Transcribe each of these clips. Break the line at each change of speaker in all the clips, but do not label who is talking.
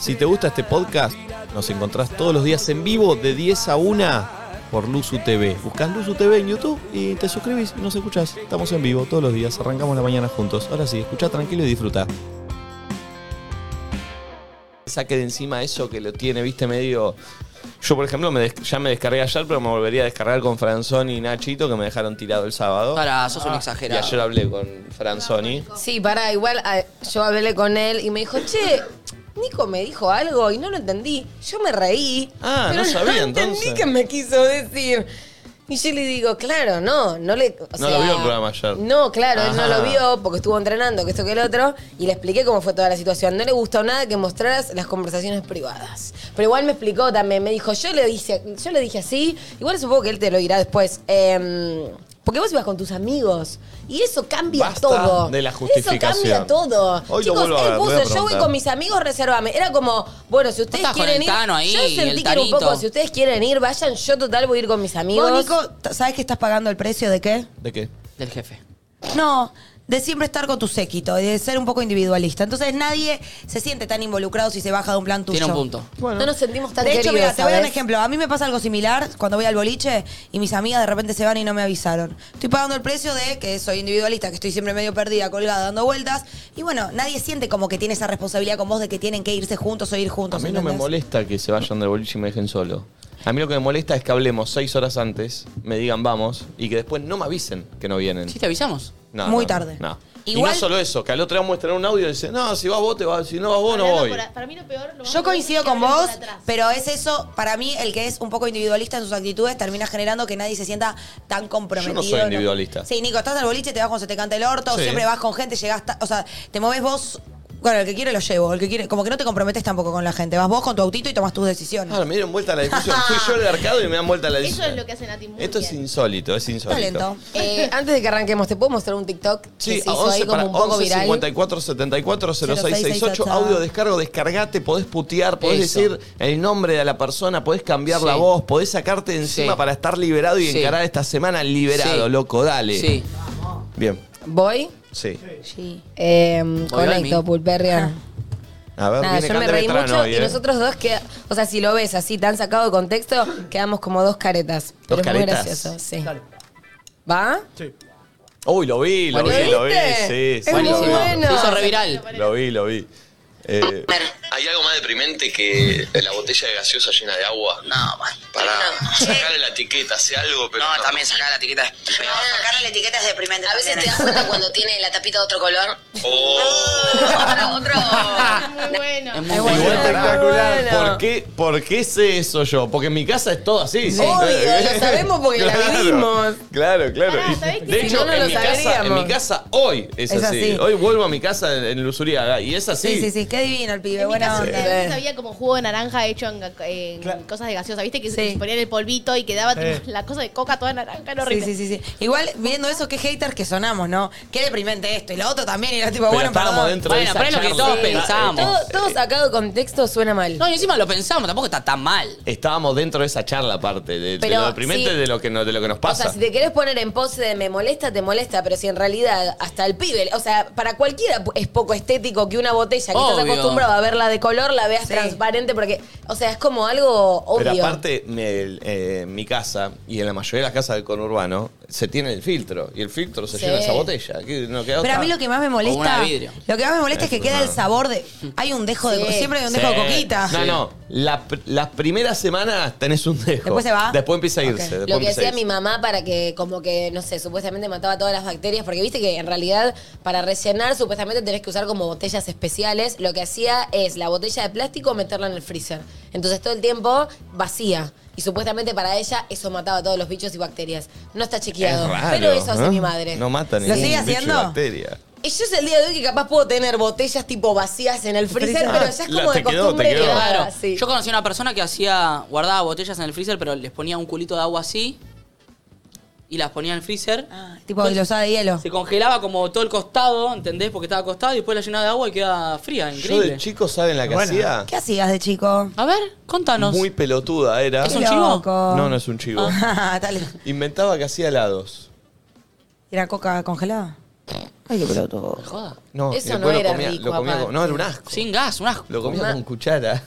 Si te gusta este podcast, nos encontrás todos los días en vivo de 10 a 1 por Luzu TV. Buscás Luzu TV en YouTube y te suscribís y nos escuchás. Estamos en vivo todos los días, arrancamos la mañana juntos. Ahora sí, escucha tranquilo y disfruta. Saque de encima eso que lo tiene, viste, medio... Yo, por ejemplo, me des- ya me descargué ayer, pero me volvería a descargar con Franzoni y Nachito, que me dejaron tirado el sábado.
Pará, sos un
Y
exagerado.
ayer hablé con Franzoni.
Sí, pará, igual a- yo hablé con él y me dijo, che, Nico me dijo algo y no lo entendí. Yo me reí.
Ah,
pero
no sabía, entonces.
entendí qué me quiso decir. Y yo le digo, claro, no, no le. o
No
sea,
lo vio el programa ayer.
No, claro, él no
Ajá.
lo vio porque estuvo entrenando, que esto que el otro, y le expliqué cómo fue toda la situación. No le gustó nada que mostraras las conversaciones privadas. Pero igual me explicó también, me dijo, yo le dije, yo le dije así, igual supongo que él te lo dirá después. em, porque vos ibas con tus amigos y eso cambia
Basta
todo.
de la
Eso
justificación.
cambia todo.
Hoy lo
Chicos,
vuelvo a
él
ver, voy a
puso, yo voy
preguntar".
con mis amigos, reservame. Era como, bueno, si ustedes
Estás con
quieren
el
ir.
Tano ahí
yo
y el
sentí que era un poco,
Tarito.
si ustedes quieren ir, vayan, yo total voy a ir con mis amigos.
Vos, Nico, t- ¿sabés que estás pagando el precio de qué?
¿De qué?
Del jefe.
No, de siempre estar con tu séquito, de ser un poco individualista. Entonces nadie se siente tan involucrado si se baja de un plan tuyo.
Tiene un punto.
no nos sentimos tan
de hecho,
queridos,
mira, te voy a dar un
¿sabes?
ejemplo. A mí me pasa algo similar cuando voy al boliche y mis amigas de repente se van y no me avisaron. Estoy pagando el precio de que soy individualista, que estoy siempre medio perdida, colgada, dando vueltas. Y bueno, nadie siente como que tiene esa responsabilidad con vos de que tienen que irse juntos o ir
A
juntos.
mí no me
¿entendés?
molesta que se vayan del boliche y me dejen solo. A mí lo que me molesta es que hablemos seis horas antes, me digan vamos y que después no me avisen que no vienen.
Sí, te avisamos.
No,
Muy
no,
tarde.
No.
Igual-
Y no solo eso, que al otro día muestran un audio y dicen, no, si vas vos te vas, si no vas vos no
Hablando
voy.
por a- para mí lo peor. lo más
Yo
peor es
coincido
que
con
hablan por
vos,
atrás.
pero es eso, para mí, el que es un poco individualista en sus actitudes termina generando que nadie se sienta tan comprometido.
Yo no soy individualista.
Sí, Nico, estás al boliche, te vas cuando se te canta el orto,
Sí.
siempre vas con gente, llegás, ta- o sea, te moves vos, bueno, el que quiere lo llevo, el que quiere, como que no te comprometes tampoco con la gente, vas vos con tu autito y tomas tus decisiones.
Ahora me dieron vuelta a Ah, la discusión. Fui yo el arcado y me dan vuelta a la
Eso
discusión.
es lo que hacen a ti muy
Esto es
bien.
insólito, es insólito.
Talento.
Eh, antes de que arranquemos, ¿te puedo mostrar un TikTok
Sí,
que se
a
hizo
11
ahí como
para
un poco
11
viral?
54 74 0668.
0668.
ah.
Audio descargo, descargate, podés putear, podés
Eso.
decir el nombre de la persona, podés cambiar
Sí.
la voz, podés sacarte de encima
Sí.
para estar liberado y
Sí.
encarar esta semana liberado,
Sí.
loco, dale.
Sí.
Bien,
Voy.
sí.
Sí.
Eh,
Voy,
conecto,
Almi.
Pulperria.
Ah.
A ver,
Nada,
viene
yo me
Cande
reí
Vetrano
mucho
hoy,
y
¿eh?
nosotros dos que, o sea, si lo ves así tan sacado de contexto, quedamos como dos caretas. Pero
¿Dos
es muy
caretas?
gracioso, sí. ¿Va?
Uy, lo vi, lo vi,
Buenísimo.
lo vi. Sí,
Es
sí,
muy
lo vi.
bueno.
Se hizo reviral.
Lo vi, lo vi. Eh,
¿Hay algo más deprimente que la botella de gaseosa llena de agua?
No, man.
Para
No.
sacarle la etiqueta, hace algo, pero.
No, también sacar la etiqueta es peor.
Sacarle la etiqueta es deprimente. ¿eh?
A veces te das cuenta cuando tiene la tapita de otro color.
Oh.
Otro, otro.
Es muy bueno.
Es muy bueno.
Es bueno,
Igual
es
espectacular.
muy bueno.
¿Por qué, ¿Por qué sé eso yo? Porque en mi casa es todo así.
Obvio, lo sabemos porque la vivimos.
Claro, claro.
Pará,
Y-
¿sabés que
de
si
hecho,
no, no
en,
lo
mi casa, en
sabríamos?
mi casa hoy es,
Es
así.
así.
Hoy vuelvo a mi casa en, en Luzuriaga y es así.
Sí, sí, sí, qué divino el pibe,
En mi
buena
casa
onda.
antes había como jugo de naranja hecho en, en cosas de gaseosa. ¿Viste que se ponían el polvito y quedaba tipo, la cosa de coca toda naranja?
Sí,
Era horrible.
sí, sí, sí. Igual, viendo eso, qué haters que sonamos, ¿no? Qué deprimente esto. Y lo otro también, y era tipo,
Pero
bueno,
estábamos
perdón.
dentro de
Bueno,
esa
pero es lo
charla.
que
eh,
todos
Sí.
pensamos.
Todo, todo sacado de contexto suena mal.
No, y encima lo pensamos, tampoco está tan mal.
Estábamos dentro de esa charla aparte, de, de
Pero,
lo deprimente
sí.
de, lo que no- de lo que nos
O
pasa.
sea, si te querés poner en pose de me molesta, te molesta, pero si en realidad hasta el pibe, o sea, para cualquiera es poco estético que una botella que estás
Obvio.
acostumbrado a verla de color la veas
Sí.
transparente, porque, o sea, es como algo obvio.
Pero aparte, me- el, eh, mi casa y en la mayoría de las casas del conurbano se tiene el filtro y el filtro se
Sí.
llena esa botella. que no queda
Pero a
otra.
mí lo que más me
una
molesta.
de vidrio.
Lo que más me molesta es que queda el sabor de. Hay un dejo de.
Sí.
Siempre hay un
Sí.
dejo de coquita.
No, no. La pr- las primeras semanas tenés un dejo.
Después se va.
Después empieza a
Ok.
irse. después
Lo que
empieza a
decía
irse.
mi mamá para que, como que, no sé, supuestamente mataba todas las bacterias, porque viste que en realidad para rellenar supuestamente tenés que usar como botellas especiales. Lo que hacía es la botella de plástico meterla en el freezer. Entonces todo el tiempo vacía. Y supuestamente para ella eso mataba a todos los bichos y bacterias. No está chequeado.
Es raro,
pero eso hace
¿eh?
mi madre.
No mata
¿Lo
ningún
sigue
bicho
haciendo?
y bacteria.
Y yo es el día de hoy que capaz puedo tener botellas tipo vacías en el freezer,
Ah,
pero ya es
la-
como
te
de
quedó, te
costumbre
quedó.
que
Claro.
haga, sí.
Yo conocí a una persona que hacía, guardaba botellas en el freezer, pero les ponía un culito de agua así y las ponía en el freezer.
Ah.
Tipo, y lo sabe de hielo.
Se congelaba como todo el costado, ¿entendés? Porque estaba acostado y después la llenaba de agua y queda fría,
Yo de
increíble.
chico, ¿saben la que
Bueno.
hacía?
¿Qué hacías de chico?
A ver, contanos.
Muy pelotuda era.
¿Es un chivo?
No, no es un chivo.
Ah, Dale.
Inventaba que hacía helados.
¿Era coca congelada? Ay, qué pelotudo.
Joda.
No, Eso
y
no
después
era
lo comía,
rico,
lo comía
aparte.
con- No, era un asco.
Sin gas, un asco.
Lo comía
Una-
con cuchara.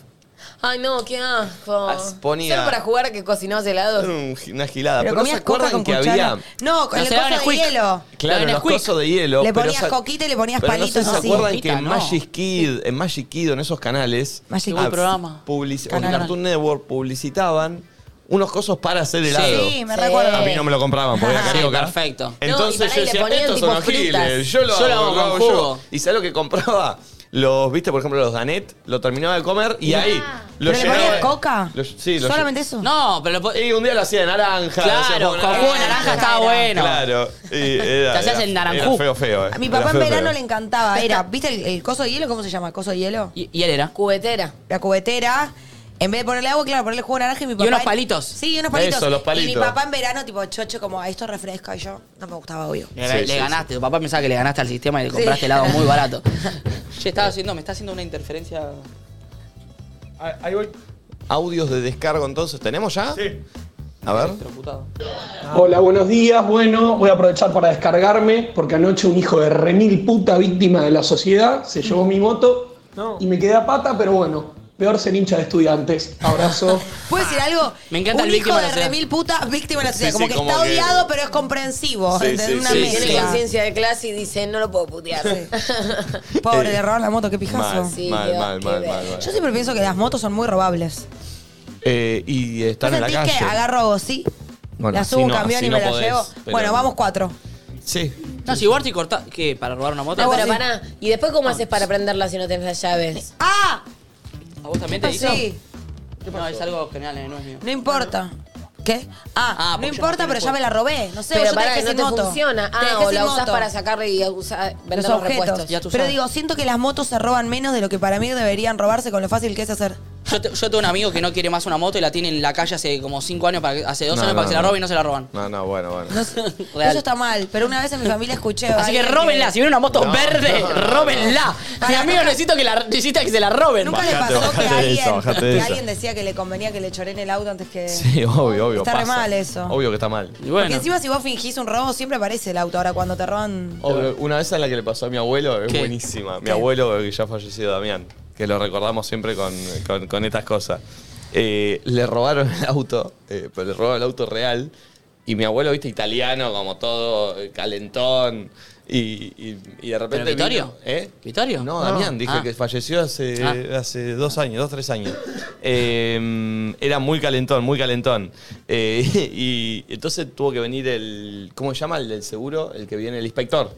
Ay, no, qué asco.
As- ponía-
Solo para jugar a que cocinabas
Era
helados.
un- una gilada. Ah, Pero,
Pero
no se
comías coca
acuerdan
con
que
cuchara.
había.
No, con
No,
el
se daban
coso de
Squeak.
hielo.
Lo
Claro,
de
los
Nesquik.
cosos de hielo.
Le
pero
ponías
sa-
coquita y le ponías
pero
palitos
No sé si
así.
se acuerdan que
Coquita,
en
no.
Magic Kid, en Magic Kid, en esos canales.
Magic
ah,
Kid.
programa.
publici- o en
Canal.
Cartoon Network publicitaban unos cosos para hacer helado.
Sí, me
Sí.
recuerdo.
A mí no me lo compraban porque era
Sí,
carioca.
perfecto.
No, y
Entonces
pará,
yo
y le
decía,
ponían
estos
tipo
son los
frutas.
giles, yo lo
Yo lo
hago,
hago
lo
con
hago yo.
jugo.
Y ¿sabes lo que compraba? Los, viste, por ejemplo, los Danet, lo terminaba de comer y ahí lo
Ah, ¿Pero le
llenaba
ponías
de-
coca?
lo- sí, lo
¿Solamente eso?
No, pero lo po-
Y un día lo hacía de naranja. lo hacía
Claro, con jugo de naranja estaba bueno.
Claro. Y era,
Te hacías
era-
el naranjú.
era feo, feo. eh.
A mi
Era
papá en
feo,
verano
feo.
le encantaba. Era, ¿viste el, el coso de hielo? ¿Cómo se llama? ¿Coso de hielo?
Y, y él era.
Cubetera.
La cubetera. En vez de ponerle agua, claro, ponerle jugo de naranja y mi papá.
unos palitos.
Sí, unos palitos.
Eso, los
Y mi
palitos.
papá en verano, tipo, chocho, como, a esto refresca. Y yo, no me gustaba, obvio.
Le,
Sí,
le
sí,
ganaste, tu papá pensaba que le ganaste al sistema y le compraste helado muy barato. Eh. Che, estaba haciendo, me está haciendo una interferencia.
Ah, Ahí voy.
Audios de descargo entonces, ¿tenemos ya?
Sí.
A ver.
electrocutado.
Hola, buenos días. Bueno, voy a aprovechar para descargarme porque anoche un hijo de remil puta víctima de la sociedad se llevó mi moto
No.
y me quedé a pata, pero bueno, peor ser hincha de estudiantes. Abrazo.
¿Puedo decir algo?
Me encanta
Un
el
hijo
víctima de
de
la sociedad.
remil puta, víctima de la sociedad.
sí,
como que
como
está
que-
odiado, pero es comprensivo.
Sí,
¿entendés?
sí,
una
sí,
Tiene
mezcla.
conciencia de clase y dice, no lo puedo putear.
Pobre, le robaron la moto, qué pijazo.
Mal,
Sí,
mal,
Dios,
mal,
qué
mal,
bello.
mal, mal.
Yo siempre pienso que las motos son muy robables.
Eh, y
¿No
están en la
sentís
calle.
que agarro, sí?
Bueno,
la subo a un
así no-
camión
así
y
no
me la
podés,
llevo.
pero-
Bueno, vamos cuatro.
Sí.
No, si Gorty corta. ¿Qué? ¿Para robar una moto?
Ah, bueno, pará. ¿Y después cómo haces para prenderla si no tenés las llaves?
¡Ah!
¿A vos también te hizo?
Sí,
No, es algo general, eh, no es mío.
no importa. ¿Qué? Ah,
Ah,
no
porque yo
importa,
no
pero ya
tengo
me la robé. No sé,
pero
yo te
pará,
dejé
no
sin
te
moto.
funciona.
Te
Ah,
dejé
o la
sin
usás
moto.
para sacar y usar, vender
los
los,
objetos.
repuestos.
Ya tú
Pero
sabes.
digo, siento que las motos se roban menos de lo que para mí deberían robarse con lo fácil que es hacer.
Yo, te- yo tengo un amigo que no quiere más una moto y la tiene en la calle hace como 5 años, para que- hace 2
No,
años
no,
para que se la
no.
roben y no se la roban.
No, no, bueno, bueno.
No sé,
Real.
Eso está mal, pero una vez en mi familia escuché. a
Así que
alguien
róbenla, si viene una moto
No,
verde,
no, no,
róbenla.
no.
Mi amigo necesito que, la, necesita que se la roben.
Nunca
Bajate,
le pasó
bajate
que,
de
alguien,
esa, bajate de
que
esa.
alguien decía que le convenía que le choreen el auto antes que.
Sí, obvio, obvio.
Está re
pasa.
mal eso.
Obvio que está mal.
Y
Porque
bueno,
encima si vos fingís un robo siempre aparece el auto. Ahora cuando te roban.
Obvio, Una vez a la que le pasó a mi abuelo es
¿Qué?
buenísima. Mi
¿Qué?
abuelo que ya falleció, Damián, que lo recordamos siempre con, con- con estas cosas. Eh, le robaron el auto, eh, pero le robaron el auto real. Y mi abuelo, viste, italiano, como todo, eh, calentón. Y, y- y de repente.
¿Pero Vittorio?
vino- ¿Eh?
¿Vittorio?
No,
No.
Damián, dije
Ah.
que falleció hace,
Ah.
hace dos años, dos, tres años. Eh, era muy calentón, muy calentón. Eh, y entonces tuvo que venir el. ¿Cómo se llama? El del seguro, el que viene, el inspector.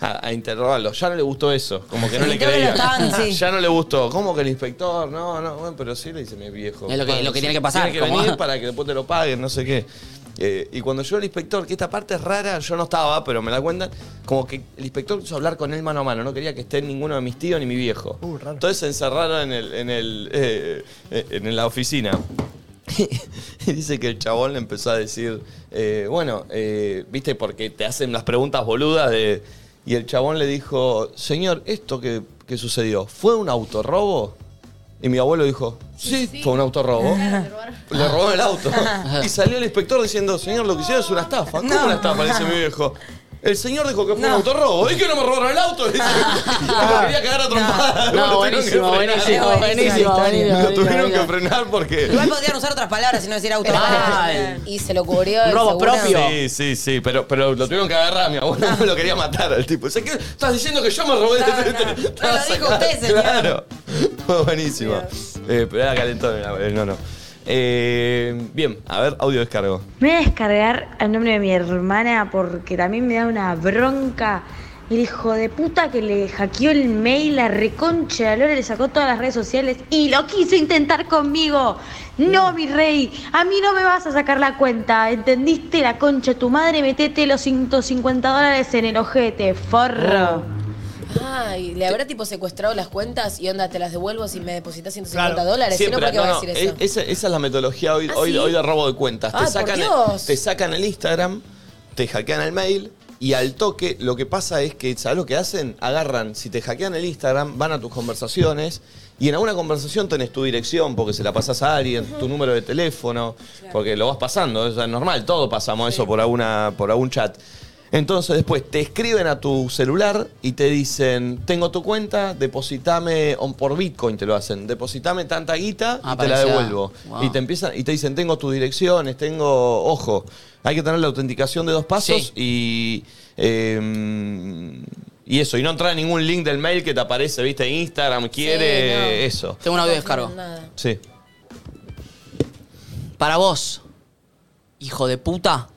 A, a interrogarlo. Ya no le gustó eso. Como que no le
Sí, creo que
creía.
lo estaban, sí.
Ya no le gustó. ¿Cómo que el inspector? No, no, bueno, pero sí le dice mi viejo.
Es lo que-
Bueno,
lo que
sí,
tiene que pasar,
Tiene que
como-
venir para que después te lo paguen, no sé qué. Eh, y cuando yo el inspector, que esta parte es rara, yo no estaba, pero me la cuentan, como que el inspector quiso hablar con él mano a mano, no quería que esté ninguno de mis tíos ni mi viejo.
Uh, raro.
Entonces se encerraron en, el, en, el, eh, eh, en la oficina. Y dice que el chabón le empezó a decir, eh, bueno, eh, viste, porque te hacen las preguntas boludas de... Y el chabón le dijo, señor, ¿esto que, que sucedió fue un autorrobo? Y mi abuelo dijo, sí, fue un autorrobo.
Claro, te robaron.
Le robó el auto. Y salió el inspector diciendo, señor, lo que hicieron es una estafa. ¿Cómo una estafa? Le dice mi viejo. El señor dijo que fue un autorrobo. ¿Y que no me robaron el auto? Le dice, "Lo quería cagar a trompada.
No, buenísimo, buenísimo, buenísimo, buenísimo,
Lo tuvieron
buenísimo.
que frenar porque...
Igual podrían usar otras palabras y no decir auto.
Mal.
Y se le ocurrió. el
Robo
seguro.
propio.
Sí, sí, sí, pero, pero lo tuvieron que agarrar. Mi abuelo no lo quería matar al tipo. O sea, ¿qué? Estás diciendo que yo me robé. este
No, no. No, lo dijo usted, señor.
Claro. Fue buenísimo. Eh, pero era calentón el abuelo, no, no. Eh, bien, a ver, audio descargo.
Me voy a descargar al nombre de mi hermana porque también me da una bronca. El hijo de puta que le hackeó el mail a Reconcha de la Lora, le sacó todas las redes sociales y lo quiso intentar conmigo.
Mm.
No, mi rey, a mí no me vas a sacar la cuenta. ¿Entendiste la concha? de Tu madre, metete los 150 dólares en el ojete,
Oh.
forro.
Ay, ¿le habrá tipo secuestrado las cuentas y onda, te las devuelvo si me depositas 150
Claro.
dólares? Si no, ¿para qué
no,
va a
no,
decir eso?
es- esa, esa es la metodología hoy,
¿Ah,
hoy,
sí?
hoy de robo de cuentas.
Ay,
te,
por
sacan el,
Dios.
te sacan el Instagram, te hackean el mail y al toque lo que pasa es que, ¿sabes lo que hacen? Agarran, si te hackean el Instagram, van a tus conversaciones y en alguna conversación tenés tu dirección porque se la pasas a alguien, tu número de teléfono, porque lo vas pasando, o sea, es normal, todos pasamos eso por, alguna, por algún chat. Entonces después te escriben a tu celular y te dicen, tengo tu cuenta, depositame o por Bitcoin te lo hacen, depositame tanta guita
Ah,
y te la
parecido.
devuelvo.
Wow.
Y te empiezan, y te dicen, tengo tus direcciones, tengo, ojo, hay que tener la autenticación de dos pasos y. eh, y eso, y no entrar en ningún link del mail que te aparece, viste, Instagram, quiere eso.
Tengo un audio de descargo.
Sí.
Para vos, hijo de puta,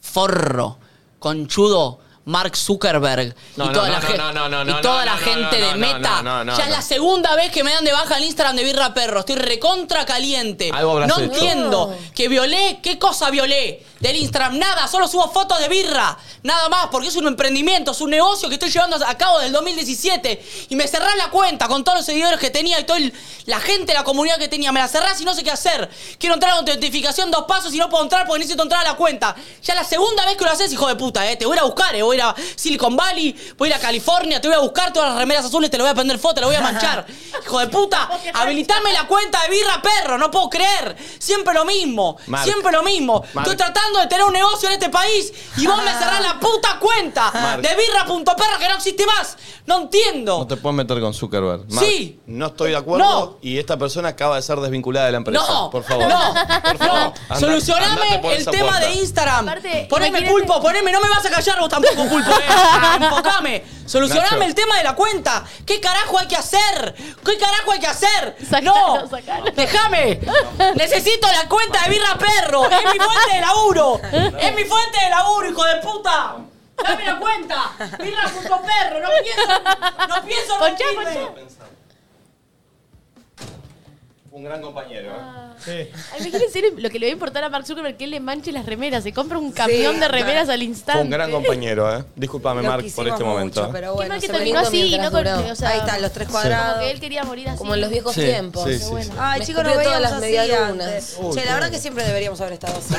forro, conchudo, Mark Zuckerberg
No,
y
no,
toda
no,
la
no,
gente,
no, no, no,
y
no,
toda
no,
la
no,
gente
no,
de
no, no,
Meta.
no, no,
ya es
no.
la segunda vez que me dan de baja el Instagram de Birra Perro. Estoy recontra caliente.
Algo habrás
no
hecho.
entiendo. ¿Que violé? ¿Qué cosa violé? Del Instagram nada, solo subo fotos de birra. Nada más, porque es un emprendimiento, es un negocio que estoy llevando a cabo del 2017. Y me cerrás la cuenta con todos los seguidores que tenía y toda el- la gente, la comunidad que tenía. Me la cerrás y no sé qué hacer. Quiero entrar a la autentificación dos pasos y no puedo entrar porque necesito entrar a la cuenta. Ya la segunda vez que lo haces, hijo de puta, eh. Te voy a ir a buscar, eh. Voy a ir a Silicon Valley, voy a ir a California, te voy a buscar todas las remeras azules, te lo voy a prender foto, te lo voy a manchar. hijo de puta, habilitame la cuenta de birra perro, no puedo creer. Siempre lo mismo.
Mark.
Siempre lo mismo.
Mark.
Estoy tratando de tener un negocio en este país y vos me cerrás la puta cuenta
Mark.
de birra.perra que no existe más. No
No
entiendo.
te puedes meter con Zuckerberg.
Sí.
No estoy de acuerdo.
No.
Y esta persona acaba de ser desvinculada de la empresa.
No,
por favor.
no, no.
Andate-
Solucioname
andate por
el
esa
tema
puerta.
de Instagram.
Aparte,
poneme
imagínate-
pulpo, poneme, no me vas a callar vos tampoco, pulpo. eh. Enfocame. Solucioname
Nacho.
el tema de la cuenta. ¿Qué carajo hay que hacer? ¿Qué carajo hay que hacer?
Sacalo,
no,
sacalo.
déjame. Necesito la cuenta de birra perro. Es mi fuente de laburo. Es mi fuente de laburo, hijo de puta. Dame la cuenta. Birra puto perro. No pienso, no pienso
Ponchá,
mentirme.
ponchá.
Un gran compañero.
Sí.
Ay, Imagínense lo que le va a importar a Mark Zuckerberg que él le manche las remeras. Se compra un camión de remeras al instante.
Fue un gran compañero, ¿eh? Disculpame,
Lo
Mark, por
quisimos
este momento.
mucho, pero
Qué
bueno,
mal que
se
terminó
murió.
así, no con-
duró.
o sea,
Ahí están los tres
Como
cuadrados.
que él quería morir así.
Como en los viejos
Sí,
tiempos.
sí, sí, sí.
Ay,
Me
chicos, no
escupió
veíamos
todas las
así
medialunas.
antes.
Uy,
che, la
claro.
verdad que siempre deberíamos haber estado así.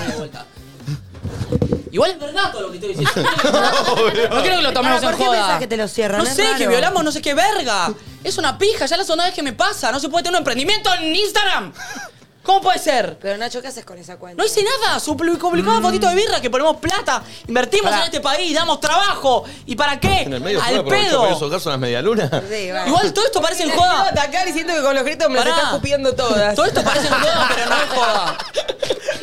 Igual es verdad todo lo que estoy diciendo. no quiero que lo tomemos
Ahora,
en
Ah, ¿por qué
joda.
pensás que te lo cierran?
No
Es
sé, que
raro.
violamos no sé qué verga. Es una pija, ya es la segunda vez que me pasa. No se puede tener un emprendimiento en Instagram. ¿Cómo puede ser?
Pero Nacho, ¿qué haces con esa cuenta?
No hice nada, supli- publicamos fotitos de birra que ponemos plata, invertimos en este país, damos trabajo. ¿Y para qué?
En el medio fue
Al
aprovechó para ir a
pedo.
socar son las medialunas.
Sí, va.
Igual todo esto parece en joda.
Quiero atacar y siento que con los gritos me
Pará.
las estás cupiendo todas.
Todo esto parece en joda, pero no es joda.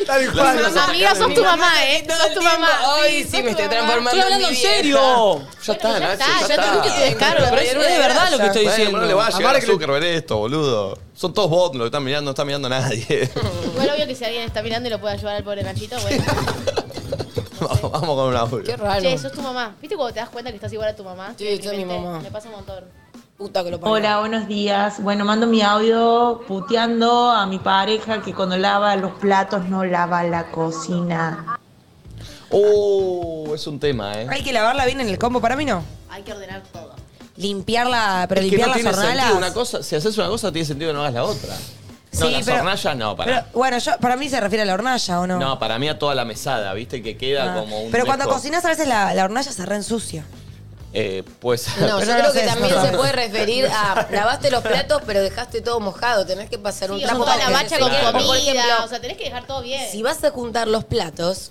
Tal
cual.
Tus amigas sos tu mamá, ¿eh?
Todo
Sos
el
tu
tiempo,
mamá.
Ay, sí,
sos
me
tu
estoy
mamá.
transformando
Estoy hablando en serio.
Ya está,
ya
Nacho.
está,
Ya
ya tuviste tu
está.
descargo.
Pero es de verdad lo que estoy
Bueno,
diciendo.
pero no le va a
A
llegar a
Mark le-
Zuckerberg esto, boludo. Son todos bots lo que están mirando, no están mirando a nadie.
Igual obvio que si alguien está mirando y lo puede ayudar al pobre Nachito, bueno.
vamos, vamos con un
Qué
audio.
raro.
Che, sos tu mamá. ¿Viste cuando te das cuenta que estás igual a tu mamá?
Sí, soy mi mamá.
Me pasa un montón.
Puta que lo parió.
Hola, buenos días. Bueno, mando mi audio puteando a mi pareja que cuando lava los platos no lava la cocina.
Oh, es un tema, ¿eh?
Hay que lavarla bien en el combo, para mí no.
Hay que ordenar todo.
Limpiarla, pero
Es que
limpiar
no
las
tiene
jornalas.
sentido una cosa. Si haces una cosa, tiene sentido que no hagas la otra. no, las hornallas no, para.
pero, bueno, yo, para mí se refiere a la hornalla, ¿o no?
No, para mí a toda la mesada, ¿viste? Que queda
Ah.
como un.
Pero cuando
mezco.
cocinas a veces la, la hornalla se reensucia.
Eh, pues.
No, yo
Pero no
creo
lo
que
sé,
también
no.
se puede referir a lavaste los platos, pero dejaste todo mojado. Tenés que pasar un
Sí, o
trapo
toda
para
la
que
bacha
se
con
seque. O,
comida.
Por ejemplo,
o sea, tenés que dejar todo bien.
si vas a juntar los platos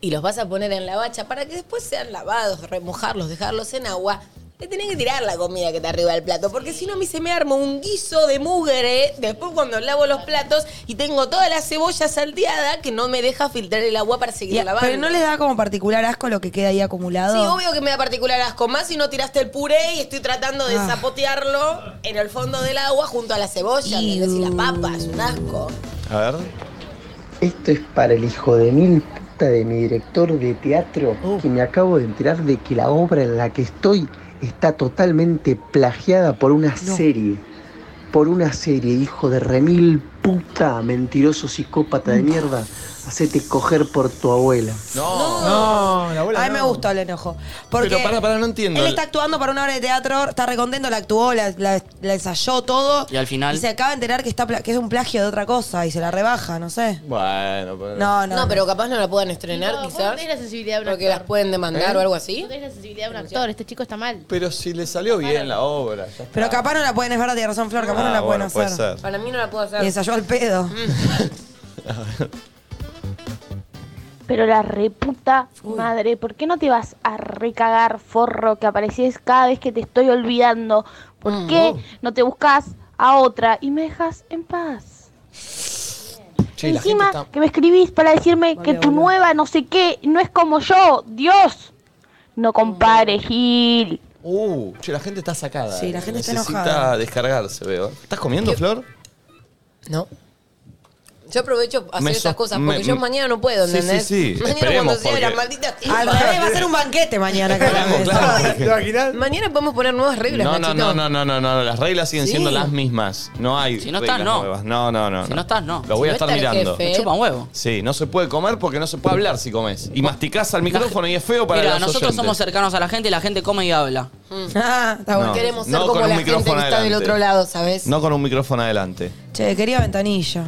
y los vas a poner en la bacha para que después sean lavados, remojarlos, dejarlos en agua, le tenés que tirar la comida que está arriba del plato, porque si no a mí se me arma un guiso de mugre después cuando lavo los platos y tengo toda la cebolla salteada que no me deja filtrar el agua para seguir
Y-
lavando.
pero no le da como particular asco lo que queda ahí acumulado.
Sí,
Oh.
obvio que me da particular asco. Más si no tiraste el puré y estoy tratando de
Ah.
zapotearlo en el fondo del agua junto a la cebolla, ¿entendés? Y la papa, es un asco.
A ver.
Esto es para el hijo de mil puta de mi director de teatro, que me acabo de enterar de que la obra en la que estoy está totalmente plagiada por una serie. Por una serie, hijo de remil puta, mentiroso psicópata de mierda. Hacete coger por tu abuela.
No.
No, la abuela.
A mí me
no.
gustó el enojo. Porque
Pero pará, pará, no entiendo.
Él está actuando para una obra de teatro, está recontento, la actuó, la, la- la ensayó todo.
Y al final-
Y se acaba de enterar que, está, pla- que es un plagio de otra cosa y se la rebaja, no sé.
Bueno, pero.
No, no.
No,
no.
pero capaz no la puedan estrenar,
No, vos no
quizás.
tenés la sensibilidad de un
Porque
actor.
las pueden demandar
¿Eh?
o algo
No
así.
tenés la sensibilidad de un actor. Este chico está mal.
Pero si le salió bien la obra. ya está.
Pero capaz no la pueden, es verdad, tiene razón Flor, capaz no
Ah,
la pueden
bueno, puede
hacer.
ser.
Para mí no la puedo
Y
hacer.
ensayó al pedo.
Pero la reputa madre, ¿por qué no te vas a recagar, forro, que apareces cada vez que te estoy olvidando?
Mm,
¿Por qué no te buscas a otra y me dejas en paz?
Che, la
Encima
gente está-
que me escribís para decirme que tu nueva no sé qué no es como yo, Dios. No
Mm.
compare, Gil.
Uh, che, la gente está sacada.
Sí, la gente está
Necesita
enojada.
descargarse, veo. ¿Estás comiendo, Flor?
No. Yo aprovecho a hacer
Me
esas
so-
cosas,
me-
porque yo
me-
mañana no puedo,
Sí, sí,
¿entendés?
sí,
Mañana
esperemos,
cuando sea la
porque- Ah,
maldita
Al revés, va a ser un banquete mañana. claramente.
porque-
Mañana podemos poner nuevas reglas,
No, no,
Nachito.
no, no, no, no, no, las reglas siguen
Sí.
siendo las mismas. No hay
Si no
reglas
estás, no.
nuevas. No, no, no.
Si no estás, no.
Lo voy a
Si no
estar
está el
mirando.
jefe, Me chupa un huevo.
Sí, no se puede comer porque no se puede hablar si comes. Y masticás al micrófono y es feo para
Mira,
los
nosotros
oyentes.
somos cercanos a la gente y la gente come y habla.
Ah, está bueno.
No,
Queremos ser
no
como
con un
la gente que
micrófono
está del
adelante.
otro lado, ¿sabes?
No con un micrófono adelante.
Che, quería ventanilla.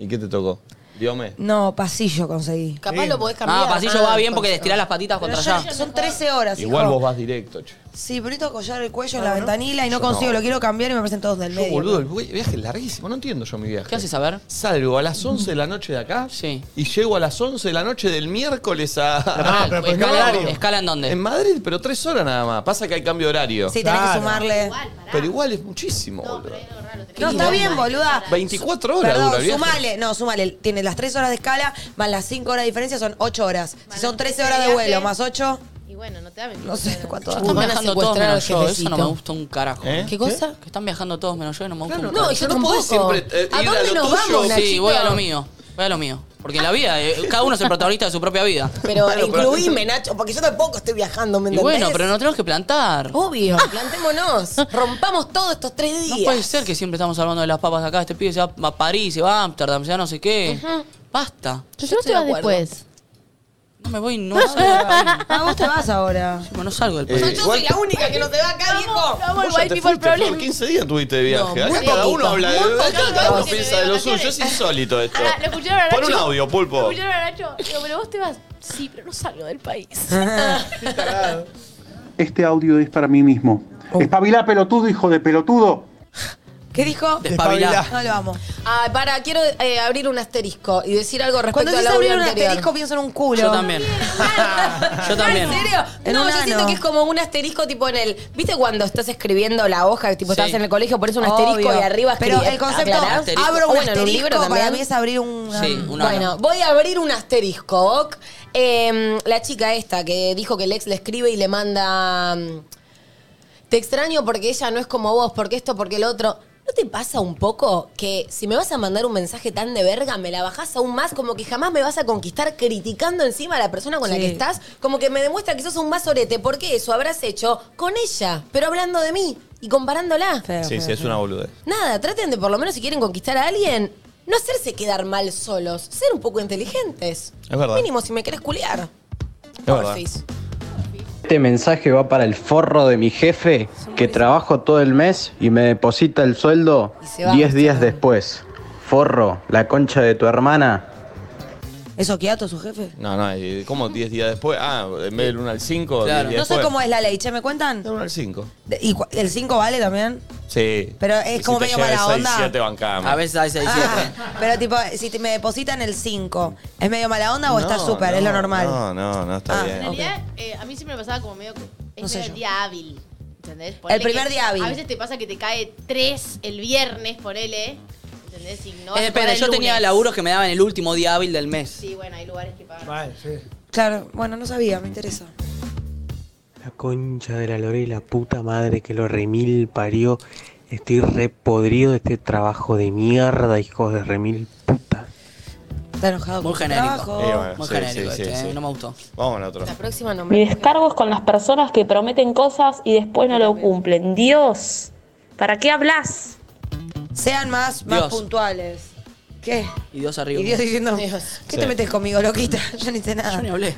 ¿Y qué te tocó? Diome.
No, pasillo conseguí.
Capaz lo podés
Ah, pasillo va bien porque estirás las patitas
Pero
contra
yo-
allá.
Son 13 horas.
Igual
hijo.
vos vas directo, che.
Sí, pero necesito collar el cuello en la ventanilla y no
Yo
consigo,
no.
lo quiero cambiar y me parecen todos del
Yo,
medio.
boludo, el vi- viaje es larguísimo. No entiendo yo mi viaje.
¿Qué haces a ver?
Salgo a las 11 de la noche de acá
Sí.
y llego a las 11 de la noche del miércoles a.
Ah, pero por Escala- horario. ¿escala en dónde?
En Madrid, pero tres horas nada más. Pasa que hay cambio de horario.
Sí, tenés que sumarle.
Pero igual es muchísimo, boludo.
No, está bien, boluda.
24 horas
Perdón,
dura el viaje.
sumale, no, sumale. Tiene las 3 horas de escala, más las 5 horas de diferencia, son 8 horas. Si son 13 horas de vuelo, más 8,
Y bueno, no te da
no sé cuánto
Ya
da.
están
Van a
viajando todos
secuestrar
menos
al
yo, eso
jefecito.
no me gusta un carajo.
¿Eh?
¿Qué cosa?
Que están viajando todos menos yo y no me gusta un
no,
carajo.
yo
no podés
tampoco.
siempre, eh,
¿A
ir a
dónde
lo
nos
tuyo?
vamos,
Sí,
Nachito?
voy a lo mío, voy a lo mío. Porque la vida, eh, cada uno es el protagonista de su propia vida.
Pero
Bueno, pero-
incluíme, Nacho, porque yo tampoco estoy viajando, ¿me
Y
entendés?
bueno, pero nos tenemos que plantar.
Obvio, plantémonos. Rompamos todos estos tres
No
días.
puede ser que siempre estamos hablando de las papas acá. Este pibe se va a París, se va a Ámsterdam, se va a no sé qué. Basta.
Pero yo no te vas después.
No me voy, no salgo.
Ah, vos te vas ahora.
No salgo del
Eh,
país.
Yo igual- soy la
única que no te va acá, viejo.
Vos ya te fuiste, Flor, 15 días tuviste de viaje.
No, muy
acá cada uno
poquito,
habla de
muy
acá
poquito.
cada uno
Porque
piensa
me
de lo
vacaciones.
suyo. Es insólito esto.
Ahora, lo escucharon a
Pon un
Nacho.
audio,
Lo
pulpo.
escucharon a Nacho. Digo, pero vos te vas. Sí, pero no salgo del país.
Este audio es para mí mismo. Espabilá, pelotudo, hijo de pelotudo.
¿Qué dijo?
Despabilá. Despabilá.
No lo amo.
Ah, para, quiero eh, abrir un asterisco y decir algo respecto
Cuando
a
dices
la
abrir un
anterior.
asterisco, pienso en un culo.
Yo también. Yo también.
¿En serio?
En
no,
un
yo
ano.
siento que es como un asterisco tipo en el. ¿Viste cuando estás escribiendo la hoja? Tipo,
Sí.
estás en el colegio, pones un
Obvio.
asterisco y arriba
Pero
escribís-
el concepto,
¿aclarás?
abro
O
un
bueno, en
asterisco,
libro
para
también.
mí es abrir un...
Sí, un ano.
Bueno, voy a abrir un asterisco. ok. Eh, la chica esta que dijo que el ex le escribe y le manda. mm, Te extraño porque ella no es como vos, porque esto, porque el otro. ¿No te pasa un poco que si me vas a mandar un mensaje tan de verga, me la bajás aún más, como que jamás me vas a conquistar criticando encima a la persona con la
Sí.
que estás? Como que me demuestra que sos un más orete, porque eso habrás hecho con ella, pero hablando de mí y comparándola.
Sí, sí, es una boludez.
Nada, traten de por lo menos si quieren conquistar a alguien, no hacerse quedar mal solos, ser un poco inteligentes.
Es verdad.
Mínimo si me querés culiar. Porfis.
Este mensaje va para el forro de mi jefe que trabajo todo el mes y me deposita el sueldo
se va,
10 días después. Forro, la concha de tu hermana.
¿Eso quieto su jefe?
No, no, eh, ¿cómo 10 días después? Ah, en vez del 1 al 5,
Claro. No sé cómo es la ley, che, ¿me cuentan?
Del 1 al 5.
De- ¿Y cu- el 5 vale también?
Sí.
Pero es como medio mala onda.
A veces hay 6, 7.
Ah, Pero tipo, si te- me depositan el 5, ¿es medio mala onda o está súper? es lo normal.
No, no, no, está
Ah,
bien.
ok.
realidad, eh, a mí siempre me pasaba como medio que es
No sé
medio
yo.
el día hábil. ¿Entendés? Ponele
El primer
que
día hábil.
A veces te pasa que te cae tres el viernes, ponele. ¿Entendés?
Eh,
Y no
Es
vas a
depende,
cobrar
Eh, yo
el
tenía
lunes.
laburos que me daban el último día hábil del mes.
Sí, bueno, hay lugares que pagan.
Claro, bueno, no sabía, me interesa.
La concha de la lora y la puta madre que lo remil parió. Estoy repodrido de este trabajo de mierda, hijos de remil.
Está enojado
Muy
con
genérico.
tu trabajo.
Eh, bueno,
Muy
sí,
genérico
sí,
este,
sí,
eh,
sí.
no me gustó.
Vamos al otro.
Próxima no
Mi descargo es con las personas que prometen cosas y después no lo cumplen. Dios, ¿para qué hablas?
Sean más, más
Dios.
puntuales. ¿Qué?
Y Dios arriba.
Y Dios "Ah, diciendo, ¿qué
Sí.
te metes conmigo, loquita? Yo no hice nada. Yo
ni hablé.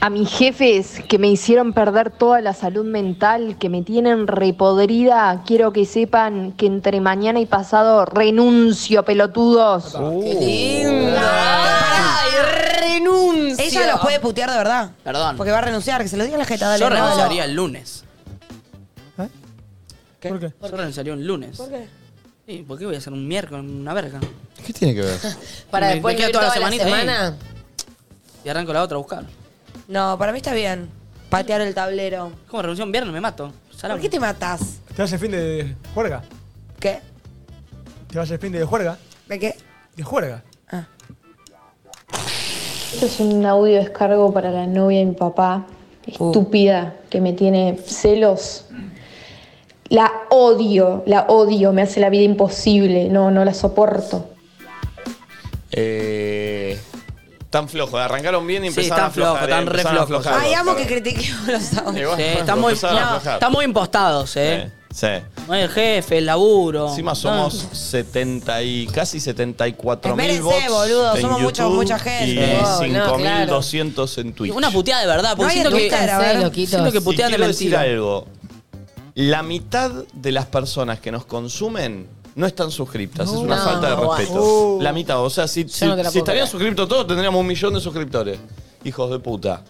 A mis jefes que me hicieron perder toda la salud mental, que me tienen repodrida, quiero que sepan que entre mañana y pasado renuncio, pelotudos.
¡Ay, renuncio!
Ella los puede putear de verdad.
Perdón.
Porque va a renunciar, que se lo diga a la jeta, dale.
yo
no, no.
renunciaría el lunes. ¿Qué?
¿Por qué?
Yo renunciaría un lunes.
¿Por qué?
Sí, ¿por qué voy a hacer un miércoles una verga?
¿Qué tiene que ver?
Para
Me- me
después no
queda
ir
toda la
toda la
semanita, ¿eh?
semana.
Y arranco la otra a buscar.
No, para mí está bien. Patear el tablero.
¿Cómo revolución viernes? Me mato.
¿Por qué te matás?
¿Te vas el fin de juerga?
¿Qué?
¿Te vas el fin de juerga?
¿De qué?
De juerga.
Esto es un audio descargo para la novia de mi papá, Ah,
Uh.
estúpida, que me tiene celos. La odio, la odio, me hace la vida imposible, no, no la soporto.
Eh, tan flojo. Arrancaron bien y
Sí,
empezaron
tan flojo,
a aflojar.
tan
eh,
re
empezaron a
flojo.
aflojar.
Ay, amo que critiquemos los
Sí,
audios.
bueno,
están muy,
empezaron a
no,
aflojar.
están muy impostados, ¿eh?
Sí.
No el jefe, el laburo.
Encima somos 70 y casi 74 mil
Espérense,
bots
boludo,
en
somos mucha-
YouTube
mucha gente.
y
Wow, no,
5200 en Twitch.
Una puteada de verdad,
No
porque
hay
siento,
en
que,
Twitter, a ver.
siento que putean
y
de
quiero decir
mentira.
algo. La mitad de las personas que nos consumen no están suscriptas. es una
No,
falta de
guau.
respeto.
Uh.
La mitad. O sea, si, si-
no te la
si
puedo
estarían
creer.
suscriptos todos, tendríamos un millón de suscriptores. Hijos de puta.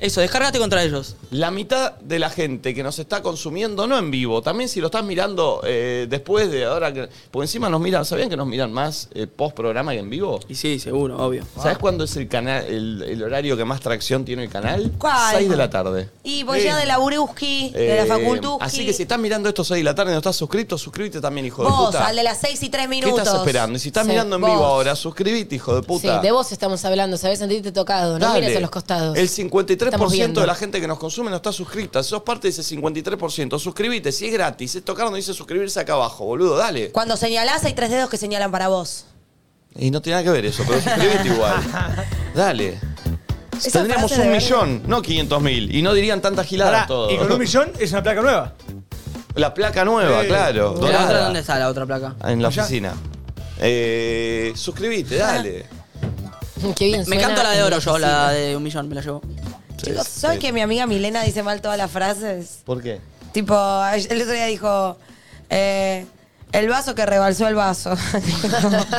Eso, descárgate contra ellos.
La mitad de la gente que nos está consumiendo, no en vivo, también si lo estás mirando eh, después de ahora que. Porque encima nos miran, ¿sabían que nos miran más eh, post programa que en vivo? Y
sí, seguro, obvio.
¿Sabes cuándo es el canal, el, el horario que más tracción tiene el canal?
¿Cuál?
6 de la tarde.
Y voy
pues
ya de la Ureuski, de
Eh,
la facultad.
Así que si estás mirando esto 6 de la tarde y no estás suscrito, suscríbete también, hijo de
Vos,
puta.
al de las 6 y 3
¿Qué
minutos.
estás esperando? Y si estás
Sí,
mirando en
vos.
vivo ahora, suscríbete, hijo de puta.
Sí, de vos estamos hablando, sabés sentirte tocado, no
Dale.
mires a los costados.
El 53%
Estamos viendo.
de la gente que nos consume no está suscrita. Si sos parte de ese 53%, suscríbete. Si es gratis, es tocar donde dice suscribirse acá abajo, boludo. Dale.
Cuando señalás, hay tres dedos que señalan para vos.
Y no tiene nada que ver eso, pero suscríbete igual. Dale.
Esa
Tendríamos
frase
un
de
millón, no 500 mil. Y no dirían tanta gilada
Pará,
todo.
Y con un millón es una placa nueva.
La placa nueva,
Sí.
claro.
¿La
¿La otra
dorada.
dónde está la otra placa?
En la
Allá.
oficina. Eh, suscribite,
Ah.
dale.
Qué bien
Me
suena
encanta la de
en
oro
la
yo, la
oficina.
de un millón, me la llevo.
Chicos, ¿saben que mi amiga Milena dice mal todas las frases?
¿Por qué?
Tipo, el otro día dijo, eh, el vaso que rebalsó el vaso.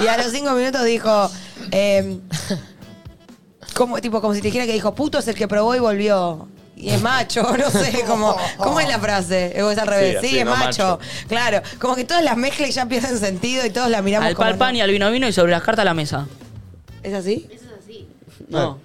y a los cinco minutos dijo, eh, como, tipo, como si te dijera que dijo, puto es el que probó y volvió. Y es macho, no sé, como, ¿cómo es la frase? Eh, vos Es al revés,
Sí,
sí,
así,
es
no macho.
macho. Claro, como que todas las mezclas ya pierden sentido y todos las miramos
Al
como,
pan pan y al vino vino y sobre las cartas la mesa.
¿Es así?
No.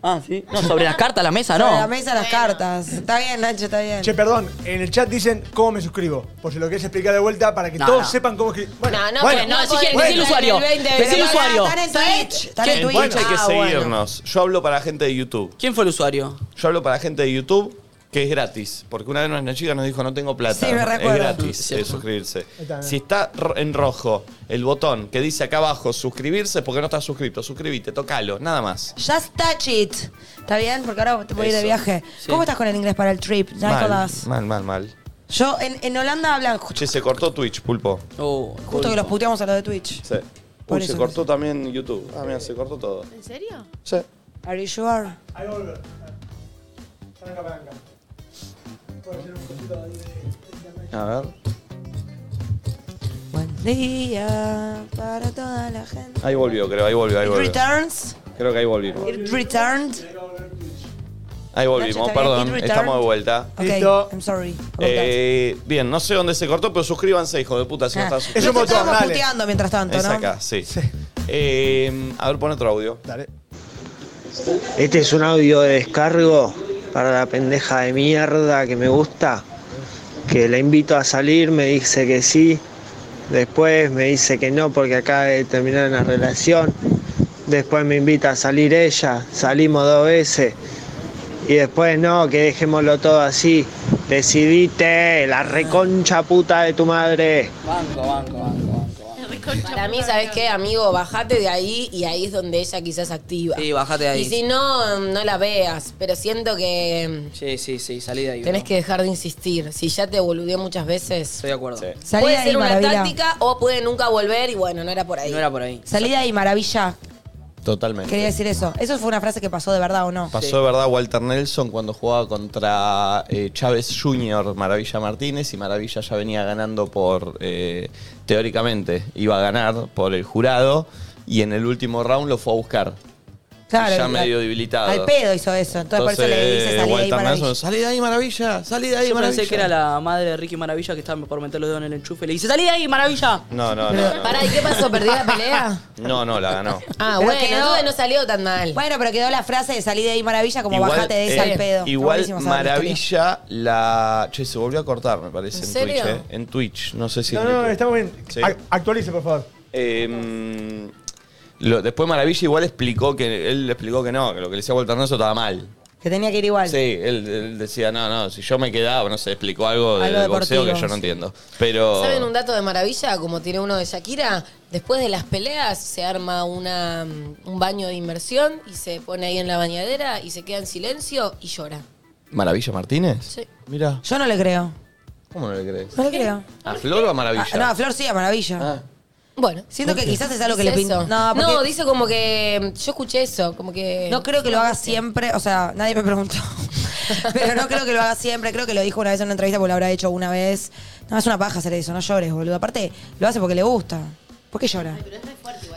Ah, sí. No, sobre las cartas la mesa, Ah, no.
Sobre la mesa las cartas. Está bien, Nacho, está bien.
Che, perdón, en el chat dicen cómo me suscribo. Por si lo querés explicar de vuelta para que
No,
todos
no.
sepan cómo escribir. Bueno,
No, no,
bueno,
que no,
bueno,
si quieren
bueno.
decir el usuario.
Pero
Decí
pará,
usuario.
están
en Twitch. Están
En Twitch hay que
ah,
seguirnos. Yo hablo para la gente de YouTube.
¿Quién fue el usuario?
Yo hablo para la gente de YouTube que es gratis. Porque una vez una chica nos dijo no tengo plata.
Sí, me recuerdo.
es gratis eh, suscribirse.
está.
Si está ro- en rojo el botón que dice acá abajo suscribirse porque no estás suscrito, suscríbete, tocalo, nada más.
Just touch it. ¿Está bien? Porque ahora te voy a ir de
Eso.
viaje.
Sí.
¿Cómo estás con el inglés para el trip,
Mal,
Nicolás?
mal, mal, mal.
Yo, en, en Holanda hablan ju-
Che, se cortó Twitch, pulpo.
Oh,
justo que los puteamos a los de Twitch.
Sí.
Por
Uy, se
eso.
cortó también YouTube. Ah, mira, se cortó todo.
¿En serio?
Sí.
Are you sure?
Ahí va a volver. Palanca, palanca. Puedo hacer un poquito ahí
A ver.
Buen día para toda la gente.
Ahí volvió, creo, ahí volvió, ahí
It
volvió.
returns.
Creo que ahí volvimos.
It returned.
Ahí volvimos,
Nacho, ¿está bien?
perdón,
It returned.
estamos de vuelta.
Ok, I'm sorry. about
Eh, bien, no sé dónde se cortó, pero suscríbanse, hijo de puta, si
that.
no
Ah,
estás suscrito.
nosotros estábamos puteando mientras tanto,
Es
¿no?
acá, sí. Eh, a ver, pon otro audio.
Dale.
Este es un audio de descargo para la pendeja de mierda que me gusta, que la invito a salir, me dice que sí, después me dice que no porque acaba de terminar una relación, después me invita a salir ella, salimos dos veces y después no, que dejémoslo todo así, decidite, la reconcha puta de tu madre.
Banco, banco, banco.
Para mí, ¿sabes qué, amigo? Bajate de ahí y ahí es donde ella quizás activa.
Sí, bajate de ahí.
Y si no, no la veas. Pero siento que
Sí, sí, sí, salí de ahí.
tenés
bro.
que dejar de insistir. Si ya te boludeó muchas veces.
Estoy de acuerdo.
Salí de
puede
ahí,
ser una
maravilla.
táctica o puede nunca volver y bueno, no era por ahí.
No era por ahí.
Salida y maravilla.
Totalmente.
Quería decir eso. ¿Eso fue una frase que pasó de verdad o no?
Pasó de verdad Walter Nelson cuando jugaba contra eh, Chávez Jr., Maravilla Martínez, y Maravilla ya venía ganando por, eh, teóricamente, iba a ganar por el jurado, y en el último round lo fue a buscar.
Claro,
ya
y-
medio debilitado.
Al pedo hizo eso. Entonces, por eso le dice
Entonces,
salí de ahí
Walter
maravilla.
Nelson, "Salí de ahí, maravilla. Salí de ahí,
Yo
maravilla.
pensé que era la madre de Ricky Maravilla que estaba por meter los dedos en el enchufe. Le dice, salí de ahí, maravilla.
No, no, no. no.
Pará, ¿y qué pasó? ¿Perdió la pelea?
No, no, la ganó.
Ah,
Pero
bueno,
quedó-
entonces no salió tan mal.
Bueno, pero quedó la frase de salí de ahí maravilla como bajate de
eh,
ese al pedo. Está
Igual
buenísimo saber la historia.
Maravilla la. Che, se volvió a cortar, me parece,
¿En
en,
serio?
Twitch, ¿eh? En Twitch, no sé si.
No,
en
no,
YouTube.
estamos bien.
Sí.
Ac- Actualice, por favor.
Eh, mm, lo- después Maravilla igual explicó que. Él le explicó que no, que lo que le decía Walter Nelson estaba mal.
Que tenía que ir igual.
Sí, él, él decía, no, no, si yo me quedaba, no sé, explicó algo, de-
Algo
del boxeo
deportivo,
que yo no
sí.
entiendo. Pero.
¿Saben un dato de maravilla? Como tiene uno de Shakira, después de las peleas se arma una, mm, un baño de inmersión y se pone ahí en la bañadera y se queda en silencio y llora.
¿Maravilla Martínez?
Sí.
Mira.
Yo no le creo.
¿Cómo no le crees?
No le creo.
¿A Flor o a Maravilla? Ah.
Ah, no, a Flor sí, a maravilla.
Bueno.
Siento que quizás es algo que
Dice
le pintó.
eso. No, dice como que. Yo escuché eso, como que.
No creo que lo haga siempre, o sea, nadie me preguntó. Pero no creo que lo haga siempre, creo que lo dijo una vez en una entrevista porque lo habrá hecho una vez. No, es una paja hacer eso, no llores, boludo. Aparte, lo hace porque le gusta. ¿Por qué llora?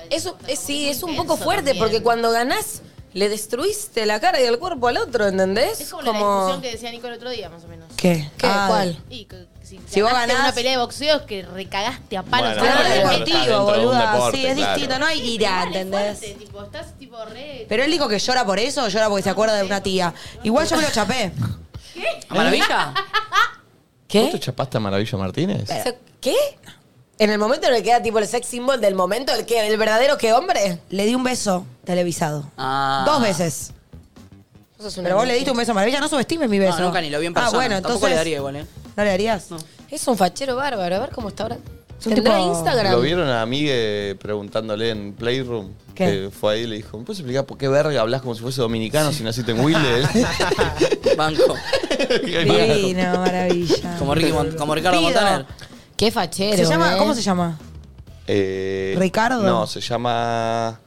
Eso es, sí, es un poco fuerte porque cuando ganás, le destruiste la cara y el cuerpo al otro, ¿entendés?
Es como, la discusión que decía Nico el otro día, más o menos.
¿Qué?
¿Qué?
Ah,
¿Cuál?
Y que- que si,
Si vos
ganaste
ganás-
una pelea de boxeo es que recagaste a palos.
Bueno,
a
pero
todo el
es
mundo.
dentro de un
Motivo, boluda.
deporte,
sí, es
claro.
distinto, no hay ira, ¿entendés?
Fuerte, tipo, estás tipo re...
Pero él dijo que llora por eso o llora porque se acuerda de una tía. Igual yo me lo chapé.
¿A maravilla?
¿Qué? ¿Tú te chapaste a Maravilla Martínez?
Eh,
O sea, ¿Qué? En el momento en el que queda tipo el sex symbol del momento, el que el verdadero que hombre.
Le di un beso televisado.
Ah.
Dos veces. Pero vos le diste un beso a maravilla, no subestimes mi beso.
No, nunca ni lo vi en persona.
Ah, bueno, entonces.
Tampoco le daría igual, ¿eh?
¿No le darías?
Es un fachero bárbaro, a ver cómo está ahora.
Es un
¿Tendrá
tipo-
Instagram?
¿Lo vieron a Migue preguntándole en Playroom?
¿Qué?
Que fue ahí y le dijo, ¿me puedes explicar por qué verga hablas como si fuese dominicano si naciste en Wilde?
Banco.
Divino, maravilla.
Como, Ricky Mon- como Ricardo
Pido.
Montaner.
Qué fachero.
¿Se llama,
¿eh?
¿Cómo se llama?
Eh,
¿Ricardo?
No, se llama...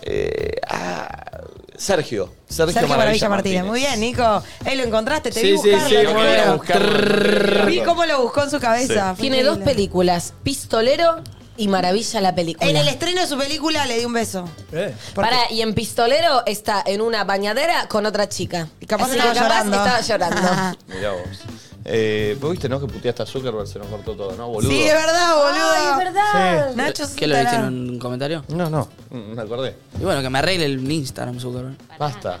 eh, ah, Sergio. Sergio,
Sergio
Martínez.
Maravilla Martínez. Muy bien, Nico. Eh, lo encontraste, te
Sí,
vi
sí,
buscarlo.
sí,
te
lo quería
juro.
buscar.
Vi cómo lo buscó en su cabeza. Fue
Tiene dos
increíble.
películas, Pistolero y Maravilla la película.
En el estreno de su película le di un beso.
Eh,
Porque-
Pará, y en Pistolero está en una bañadera con otra chica. Y
capaz estaba llorando.
estaba llorando.
Mirá vos. Eh, vos viste, ¿no? Que puteaste a Zuckerberg, se nos cortó todo, ¿no, boludo?
Sí, es verdad, boludo.
Ay, es verdad.
Nacho es
¿Qué
un
lo diste en
tarado.
un comentario?
No, no, mm, me acordé.
Y bueno, que me arregle el Instagram, Zuckerberg.
Basta.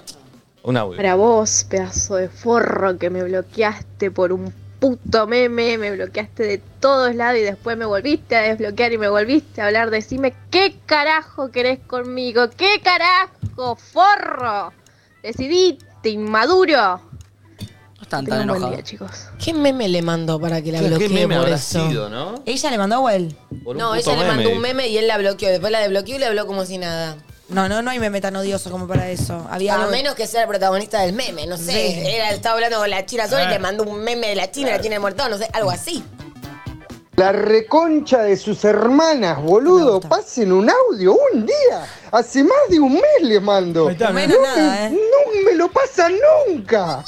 Un audio.
Para vos, pedazo de forro que me bloqueaste por un puto meme, me bloqueaste de todos lados y después me volviste a desbloquear y me volviste a hablar. Decime, ¿qué carajo querés conmigo? ¿Qué carajo, forro? Decidiste, inmaduro.
No están
Tengan
tan
un buen
enojados.
día, chicos.
¿Qué meme le mandó para que la
¿Qué,
bloquee
qué meme
por
habrá
eso?
sido, no?
Ella le mandó a Well.
Por un
No,
puto
ella le mandó
meme.
un meme y él la bloqueó. Después la desbloqueó y le habló como si nada.
No, no, no hay meme tan odioso como para eso. Había
A
algo-
menos que sea el protagonista del meme, no sé.
Sí.
Era, estaba hablando con la China sola y
Ah.
le mandó un meme de la China,
Ah.
la China de muerto, no sé, algo así.
La reconcha de sus hermanas, boludo. Pasen un audio un día. Hace más de un mes les mando.
está, mirá. Menos nada, ¿eh?
no me lo pasan nunca.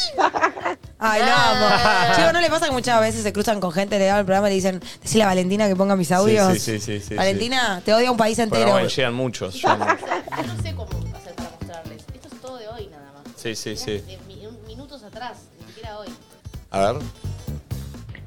Ay, no amo. Chico, ¿no le pasa que muchas veces se cruzan con gente, le dan el programa y le dicen, decile a Valentina que ponga mis audios?
sí, sí, sí, sí,
Valentina, te odia un país
Pero
entero.
bueno, llegan muchos. llegan muchos.
Yo ah, no sé cómo hacer para mostrarles. Esto es todo de hoy nada más.
Sí, sí, sí.
De mi- minutos atrás, ni siquiera hoy.
A ver.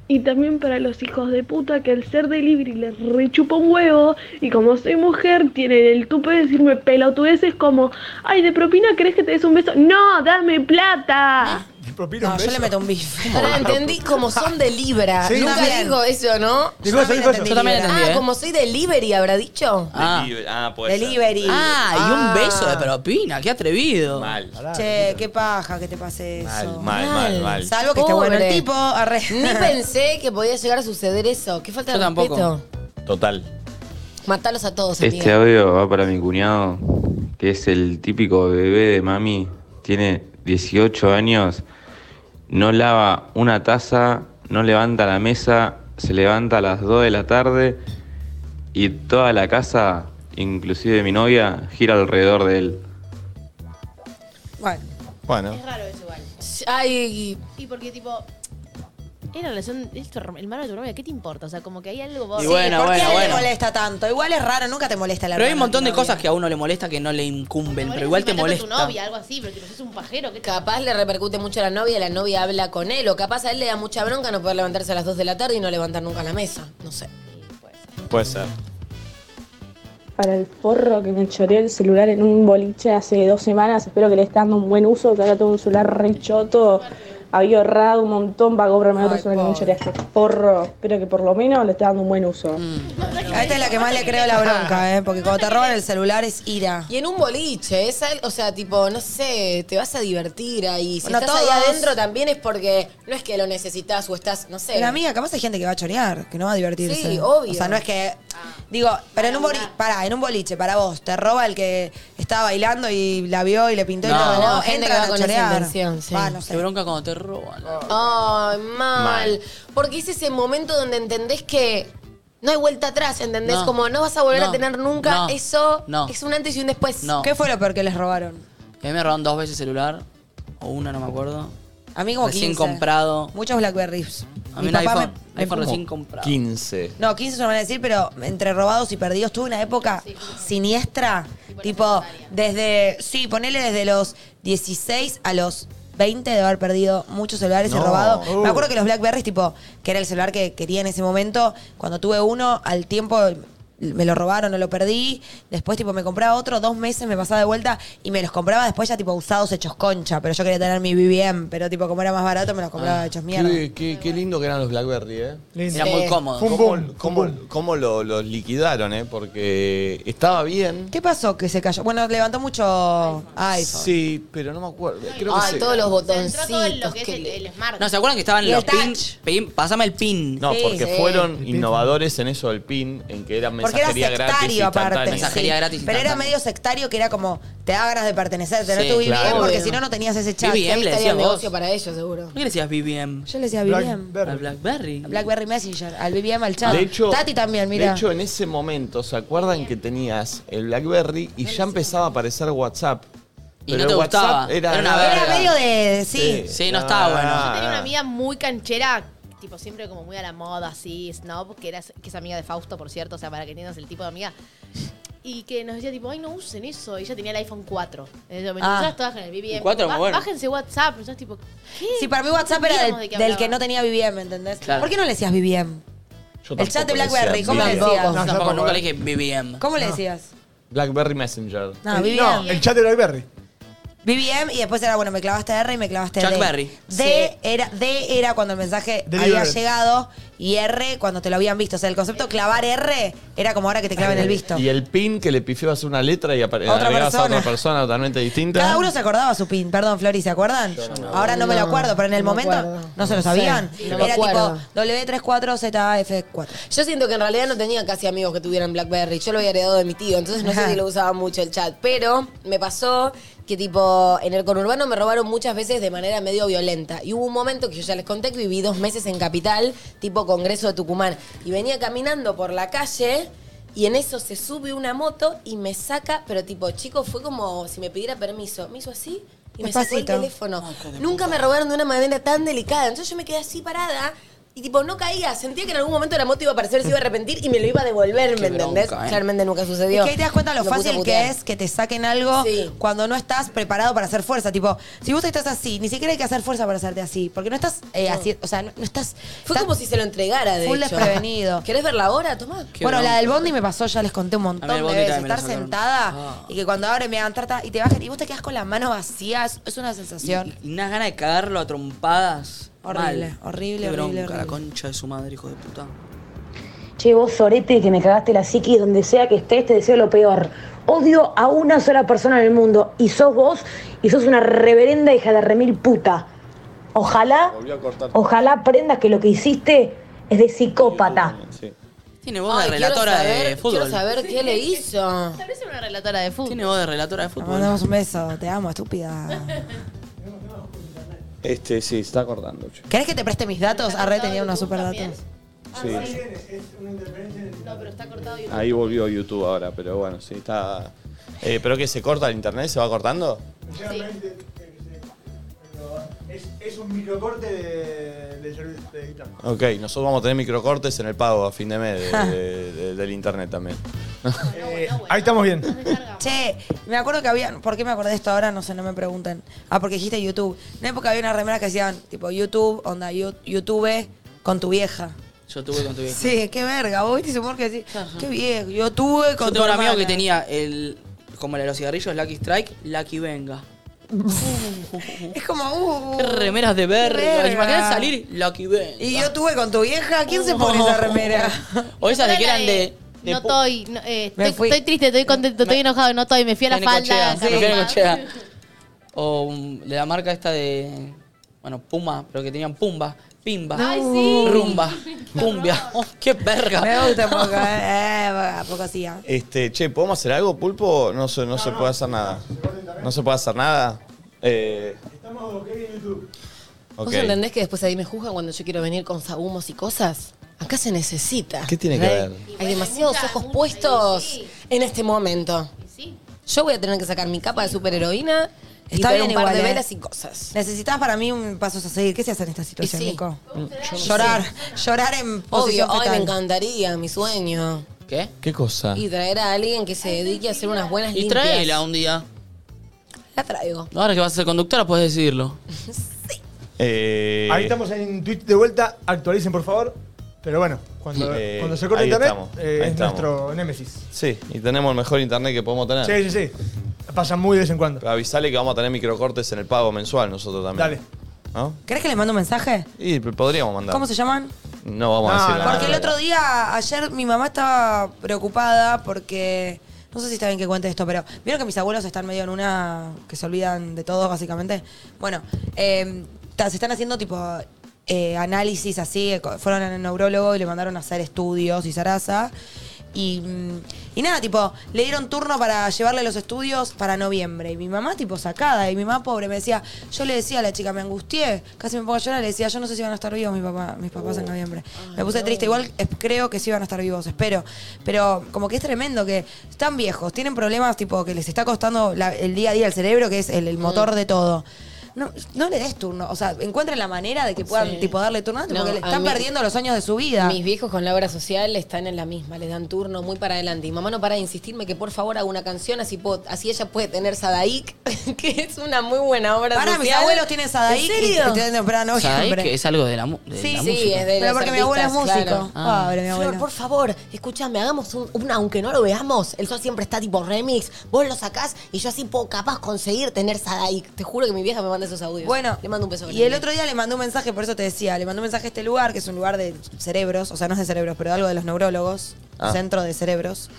Y también para los hijos de puta que el ser delivery les rechupa un huevo y como soy mujer tienen el tupe de decirme pelotudeces como ay de propina querés que te des un beso no dame plata
No, yo le meto un bife.
Ahora entendí como son de Libra.
Sí,
Nunca
también.
digo eso, ¿no?
Digo eso, digo eso.
Yo también entendí,
Ah,
¿eh?
como soy delivery, habrá dicho.
Ah.
Delivery. Ah, puede ser.
Delivery.
Ah, y un beso de propina. Qué atrevido.
Mal.
Che, qué paja que te pase eso.
Mal, mal, mal, mal.
Salvo que esté bueno el
Pobre.
tipo. Arre.
Este Ni pensé que podía llegar a suceder eso. Qué falta de
Yo tampoco.
respeto.
Total.
Matalos a todos,
Este
amiga.
audio va para mi cuñado, que es el típico bebé de mami, tiene 18 años, no lava una taza, no levanta la mesa, se levanta a las 2 de la tarde y toda la casa, inclusive mi novia, gira alrededor de él.
Bueno,
Bueno.
Es raro eso igual.
Ay,
Y porque tipo, Era relación, es tu herma- hermano de tu novia, ¿qué te importa? O sea, como que hay algo vos.
Sí,
Y bueno,
¿por qué
bueno,
a él
bueno.
le molesta tanto? Igual es raro, nunca te molesta la
Pero hay un
hermana
montón
de
de
tu novia.
cosas que a uno le molesta que no le incumben, pero
Por
igual
eso
te
estás matando
molesta.
a tu novia, algo así, pero tipo, sos un pajero. ¿qué te-
Capaz le repercute mucho a la novia, la novia habla con él, o capaz a él le da mucha bronca no poder levantarse a las 2 de la tarde y no levantar nunca la mesa. No sé.
Puede ser.
Para el forro que me choreé el celular en un boliche hace dos semanas, espero que le esté dando un buen uso, que ahora tengo un celular rechoto. Había ahorrado un montón para comprarme otro celular que me choreaste. Forro, espero que por lo menos le esté dando un buen uso.
A esta es la que más le creo la bronca, ¿eh? Porque cuando te roban el celular es ira.
Y en un boliche, es al- o sea, tipo, no sé, te vas a divertir ahí. Si
Bueno,
estás ahí
todos.
adentro también es porque no es que lo necesitas o estás, no sé.
Pero amiga, capaz hay gente que va a chorear, que no va a divertirse.
Sí, obvio.
O sea, no es que.
Ah.
Digo, pero en un, boli- pará, en un boliche, para vos, te roba el que estaba bailando y la vio y le pintó y
No.
todo.
No, gente que va
entran a
con esa
chorear.
intención, sí.
Ah, no sé.
Qué bronca cuando te roban.
Ay, mal.
Mal.
Porque es ese momento donde entendés que no hay vuelta atrás, ¿entendés?
No.
Como no vas a volver
No.
a tener nunca
No.
eso.
No.
Es un antes y un después.
No.
¿Qué fue lo peor que les robaron?
Que a mí me robaron dos veces celular, o una, no me acuerdo.
A mí como
Recién
15.
comprado.
Muchos Blackberries.
A
Mi
mí un
papá
iPhone,
me-
iPhone
me-
recién comprado.
15.
No, 15 se lo van a decir, pero entre robados y perdidos tuve una época siniestra. Tipo, desde. Sí, ponele desde los 16 a los 20 de haber perdido muchos celulares
No.
y robado.
Uh.
Me acuerdo que los Blackberries, tipo, que era el celular que quería en ese momento, cuando tuve uno, al tiempo me lo robaron, no lo perdí. Después, tipo, me compraba otro, dos meses me pasaba de vuelta y me los compraba después ya, tipo, usados hechos concha. Pero yo quería tener mi BBM, pero, tipo, como era más barato, me los compraba
Ah.
hechos mierda.
Qué, qué- qué lindo que eran los Blackberry, ¿eh?
Lindo. Era muy cómodo. Fue un
¿Cómo,
boom,
cómo- cómo lo- los liquidaron, eh? Porque estaba bien.
¿Qué pasó que se cayó? Bueno, levantó mucho iPhone.
Sí, pero no me acuerdo. Creo
Ay,
que sí.
todos los
Entró todo en lo
botoncitos.
que es el, el smart.
No, ¿se acuerdan que estaban
Y el
los pin, pin? Pásame el pin.
No, porque fueron innovadores en eso del PIN, en que era
Porque era
mensajería gratis.
sectario aparte.
Mensajería
sí.
gratis
Pero era
instantánea.
medio sectario que era como, te da ganas de pertenecer, tener
Sí,
tu BBM,
claro.
porque
Obvio.
si no, no tenías ese chat.
BBM le
Ahí
decías
estaría el
vos.
negocio.
Para ellos, seguro.
¿Por qué le decías BBM?
Yo le decía BBM.
Al Blackberry.
Blackberry Messenger, al BBM, al chat.
De hecho,
Tati también,
de
mira.
hecho, en ese momento, ¿se acuerdan que tenías el Blackberry y ya empezaba a aparecer WhatsApp?
Y
Pero
no te
el WhatsApp
gustaba.
Era,
Era una
verga.
Era medio de. Sí.
Sí, no estaba bueno.
Yo tenía
Ah.
una amiga muy canchera, tipo siempre como muy a la moda, así, snob, que, era, que es amiga de Fausto, por cierto, o sea, para que entiendas el tipo de amiga. Y que nos decía, tipo, ay, no usen eso. Y ella tenía el iPhone 4. En ese momento,
Ah.
ya todas con el BBM.
El 4
Bá-
muy bueno.
Bájense WhatsApp. Nosotros, tipo, ¿qué?
Sí, para mí WhatsApp era del,
Sabíamos de qué
del
hablaba.
que no tenía BBM, ¿entendés?
Claro.
¿Por qué no le decías BBM?
Yo
El chat de
tampoco le
Blackberry,
decía
¿cómo le
BBM.
decías?
No, tampoco, nunca le dije BBM.
¿Cómo le decías?
Blackberry Messenger.
No, BBM.
el chat de Blackberry.
BBM y después era, bueno, me clavaste R y me clavaste
Chuck
D.
Berry.
D, era, D era cuando el mensaje
Delivered.
había llegado y R cuando te lo habían visto. O sea, el concepto clavar R era como ahora que te clavan el visto.
Y el PIN que le pifiabas una letra y apare-
Otra
agregabas a
persona.
otra persona totalmente distinta.
Cada uno se acordaba su pin. Perdón, Flori, ¿se acuerdan? Ahora no me lo acuerdo, pero en el
no me
momento
acuerdo.
no se lo
Sí,
sabían.
no me
era
acuerdo.
tipo W34ZF4.
Yo siento que en realidad no tenía casi amigos que tuvieran Blackberry. Yo lo había heredado de mi tío, entonces no sé
Ajá.
si lo usaba mucho el chat. Pero me pasó que, tipo, en el conurbano me robaron muchas veces de manera medio violenta. Y hubo un momento que yo ya les conté que viví dos meses en Capital, tipo Congreso de Tucumán. Y venía caminando por la calle. Y en eso se sube una moto y me saca, pero tipo, chico, fue como si me pidiera permiso. Me hizo así y me sacó el
Despacito.
teléfono. Nunca me robaron de una manera tan delicada. Entonces yo me quedé así parada y tipo no caía. Sentía que en algún momento la moto iba a aparecer, se iba a arrepentir y me lo iba a devolver, ¿me entendés?
bronca, ¿eh?
Claramente nunca
Y que
sucedió.
ahí te das cuenta lo
Me puse a
fácil que
putear.
es que te saquen algo cuando no estás preparado para hacer fuerza. Tipo, si vos estás así, ni siquiera hay que hacer fuerza para hacerte así. Porque no estás eh, así, o sea, no, no estás.
Fue como si se lo entregara, de
full
hecho.
desprevenido.
¿Querés verla ahora? Tomá.
bueno, la del Bondi me pasó, ya les conté un montón
A mí el
de
bondi
veces.
también me Ah.
Estar
lo sacaron.
sentada y que cuando abre me dan tarta y te bajan y vos te quedas con las manos vacías. Es una sensación.
Y unas ganas de cagarlo a trompadas.
Horrible,
Mal.
horrible,
Qué bronca,
horrible, horrible.
la concha de su madre, hijo de puta.
Che, vos sorete que me cagaste la psiquis donde sea que estés, te deseo lo peor. Odio a una sola persona en el mundo y sos vos y sos una reverenda hija de remil puta. Ojalá,
Volvió a cortar.
ojalá aprendas que lo que hiciste es de psicópata.
Tiene voz
Ay,
de
quiero
relatora
saber-
de fútbol.
Quiero saber qué le hizo.
Parece una relatora de fútbol.
Tiene voz de relatora de
Te
fútbol.
mandamos un beso, te amo, estúpida.
Este, sí, está cortando. che.
¿Querés que te preste mis datos? Arre tenía unos super datos.
Sí.
No, pero está cortado.
Ahí volvió YouTube ahora, pero bueno, sí, está. Eh, ¿Pero qué se corta el internet? ¿Se va cortando?
Sí.
Es, es un microcorte de, de servicio de guitarra.
Ok, nosotros vamos a tener microcortes en el pago a fin de mes de- de- de- del internet también.
Eh, Ahí estamos bien.
Che, me acuerdo que había. ¿Por qué me acordé de esto ahora? No sé, no me pregunten. Ah, porque dijiste YouTube. En una época había unas remeras que decían, tipo, YouTube, onda, you- YouTube con tu vieja.
Yo tuve con tu vieja.
Sí, qué verga. Vos viste ese humor que decís, qué viejo. Yo tuve con
Yo
tu
tengo un amigo
hermana".
que tenía el. Como la de los cigarrillos, Lucky Strike, Lucky Venga.
Es como, uh.
Qué remeras de verga.
verga.
Imagínate salir Lucky Venga.
Y yo tuve con tu vieja. ¿Quién se pone esa remera?
O esas de que eran de. de
No
pu-
estoy, no, eh,
Me
estoy,
fui.
estoy triste, estoy contento, estoy enojado, no estoy, me fui a la
Johnny Cochea,
falda.
Johnny
caramba.
Cochea. O um, de la marca esta de. Bueno, Puma, pero que tenían Pumba, Pimba,
Ay, sí.
Rumba, Cumbia. Oh, ¡Qué verga!
Me gusta poco, eh. eh, a poco sí, ah.
Este, che, ¿podemos hacer algo, Pulpo? No se, no se puede hacer nada. No se puede hacer nada. Eh,
¿Vos
ok.
entendés que después ahí me juzgan cuando yo quiero venir con sagumos y cosas? Acá se necesita.
¿Qué tiene que
¿Ve?
ver?
Hay demasiados ojos puestos en este momento. Yo voy a tener que sacar mi capa de superheroína y
Está
tener
bien
un par
igual,
de
eh.
velas y cosas.
Necesitas para mí un paso a seguir. ¿Qué se hace en esta situación,
Y sí.
Nico?
Yo
Llorar,
no sé.
llorar en
Obvio,
posición
ay, me
fetal.
encantaría, mi sueño.
¿Qué?
¿Qué cosa?
Y traer a alguien que se dedique a hacer unas buenas
Y
limpias.
traela un día.
La traigo.
Ahora que vas a ser conductora, puedes decidirlo.
Eh,
Ahí estamos en Twitch de vuelta. Actualicen, por favor. Pero bueno, cuando,
Eh,
cuando se corte
ahí
internet,
estamos,
eh,
ahí
es
estamos. Ah.
nuestro némesis.
Sí, y tenemos el mejor internet que podemos tener.
Sí, sí, sí. Pasa muy de vez en cuando.
Avisale que vamos a tener microcortes en el pago mensual nosotros también.
Dale.
¿No?
¿Querés que les mande un mensaje?
Y p- podríamos mandar.
¿Cómo se llaman?
No vamos a
No,
decir
no,
nada.
Porque el otro día, ayer, mi mamá estaba preocupada porque. No sé si está bien que cuente esto, pero vieron que mis abuelos están medio en una. que se olvidan de todo, básicamente. Bueno, eh, ta- se están haciendo tipo. eh, análisis así, eh, co- fueron al neurólogo y le mandaron a hacer estudios y zaraza. Y, mm, y nada, tipo, le dieron turno para llevarle los estudios para noviembre. Y mi mamá, tipo, sacada. Y mi mamá, pobre, me decía, yo le decía a la chica, me angustié, casi me pongo a llorar, le decía, yo no sé si van a estar vivos mi papá, mis papás en noviembre. me puse triste, igual es- creo que sí van a estar vivos, espero. Pero como que es tremendo que están viejos, tienen problemas, tipo, que les está costando la- el día a día el cerebro, que es el, el motor
Mm.
de todo. No, no le des turno, o sea, encuentren la manera de que puedan
Sí.
tipo darle turno antes,
No,
porque le
a
están
mí-
perdiendo los años de su vida.
Mis viejos con la obra social están en la misma, les dan turno muy para adelante. Y mamá no para de insistirme que por favor haga una canción, así, puedo- así ella puede tener Sadaik, que es una muy buena obra
Para,
social.
mis abuelos tienen Sadaik y-
¿En serio?
y tienen para
O sea, ahí
noviembre.
que es algo de la, mu- de
Sí,
la
sí,
música.
es de
Pero
los
porque mi abuelo es
artistas, claro.
músico.
Ah.
Pobre, mi
Flor,
abuelo.
por favor, escúchame, hagamos un, un- aunque no lo veamos. El sol siempre está tipo remix. Vos lo sacás y yo así puedo capaz conseguir tener Sadaik. Te juro que mi vieja me manda esos audios.
Bueno,
le mando un beso.
Y el otro día le mandó un mensaje, por eso te decía, le mandó un mensaje a este lugar, que es un lugar de cerebros, o sea, no es de cerebros, pero algo de los neurólogos,
Ah.
centro de cerebros,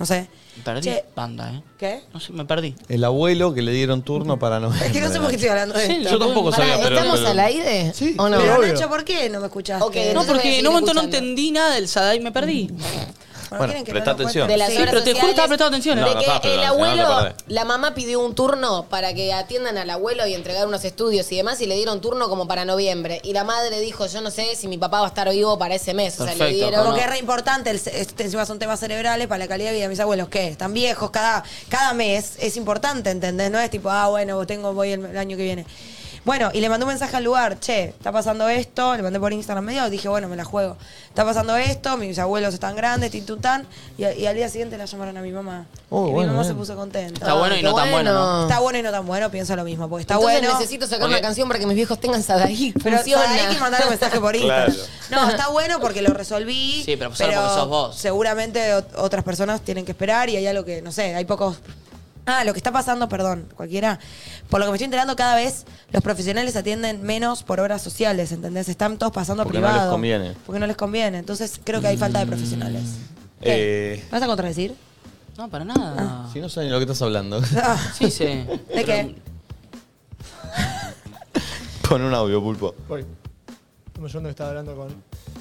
no sé.
Me Perdí
Che.
banda, ¿eh?
¿Qué?
No sé, me perdí.
El abuelo que le dieron turno para noviembre.
Es que no sé por qué estoy hablando de
Sí,
esto.
yo tampoco
Pará,
sabía, pero-
¿estamos
pero-
al aire? Sí. ¿O no?
Pero
obvio.
Nacho, ¿por qué no me escuchaste?
Ok,
No,
entonces voy a
porque en
seguir
un momento no
escuchando.
entendí nada del Sadai, me perdí.
Bueno,
¿quieren que
presta
no lo
atención.
de las
Sí,
obras
pero te juro que estaba
sociales,
prestando atención.
No,
de
no
que
estaba prestando
el
atención, no te
abuelo,
perdés.
la mamá pidió un turno para que atiendan al abuelo y entregar unos estudios y demás, y le dieron turno como para noviembre. Y la madre dijo, yo no sé si mi papá va a estar vivo para ese mes. o sea, le
Perfecto,
dieron...
Porque es re importante, el ce- este, encima son temas cerebrales para la calidad de vida de mis abuelos, que están viejos, cada, cada mes es importante, ¿entendés? No es tipo, ah, bueno, tengo, voy el, el año que viene. Bueno, y le mandé un mensaje al lugar, che, está pasando esto, le mandé por Instagram medio, dije, bueno, me la juego. Está pasando esto, mis abuelos están grandes, tintután, y, a- y al día siguiente la llamaron a mi mamá.
Oh,
y
bueno, Ah.
mi mamá
bien.
se puso contenta.
Está bueno y no tan bueno, ¿no?
Está bueno y no tan bueno, pienso lo mismo, porque está
Entonces
bueno.
necesito sacar
Porque-
una canción para que mis viejos tengan Sadaí.
Pero
Funciona.
hay que mandar un mensaje por Instagram.
Claro.
No, está bueno porque lo resolví.
Sí, pero solo porque sos vos.
Seguramente ot- otras personas tienen que esperar y hay algo que, no sé, hay pocos. Ah, lo que está pasando, perdón, cualquiera. Por lo que me estoy enterando, cada vez los profesionales atienden menos por obras sociales, ¿entendés? Están todos pasando a
Porque no
privado.
les conviene.
Porque no les conviene. Entonces creo que hay falta de profesionales.
Eh,
¿Vas a contradecir?
No, para nada.
Si no saben lo que estás hablando,
Sí, sí.
Ah, ¿De qué?
pon un audio, Pulpo.
Voy. Estamos yo estaba hablando con.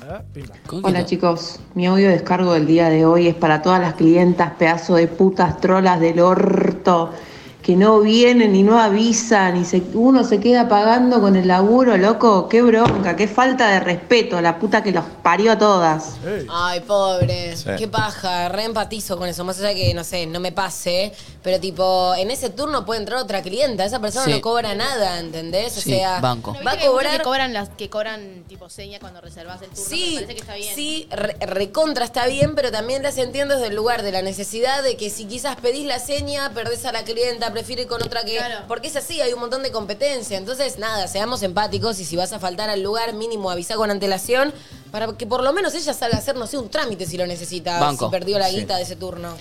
Ah, pimba.
Hola chicos, mi audio descargo del día de hoy es para todas las clientas, pedazo de putas, trolas del orto,
que no vienen y no avisan y se- uno se queda pagando con el laburo, loco. Qué bronca, qué falta de respeto, la puta que los parió a todas.
Ay, pobre.
Sí.
Qué paja. Reempatizo con eso. Más allá de que, no sé, no me pase. Pero, tipo, en ese turno puede entrar otra clienta. Esa persona
Sí.
no cobra nada, ¿entendés? O
Sí,
sea,
banco.
va
¿No viste
a
que hay muchos
cobrar.
Que cobran, las, que cobran tipo señas cuando reservas el turno.
Sí,
Me parece que está bien.
Sí, re- recontra está bien, pero también las entiendo desde el lugar de la necesidad de que si quizás pedís la seña, perdés a la clienta, prefiero ir con otra que. Porque es así, hay un montón de competencia. Entonces, nada, seamos empáticos y si vas a faltar al lugar, mínimo avisa con antelación para que por lo menos ella salga a hacer, no sé, un trámite si lo necesita,
Banco.
si perdió la
Sí.
guita de ese turno.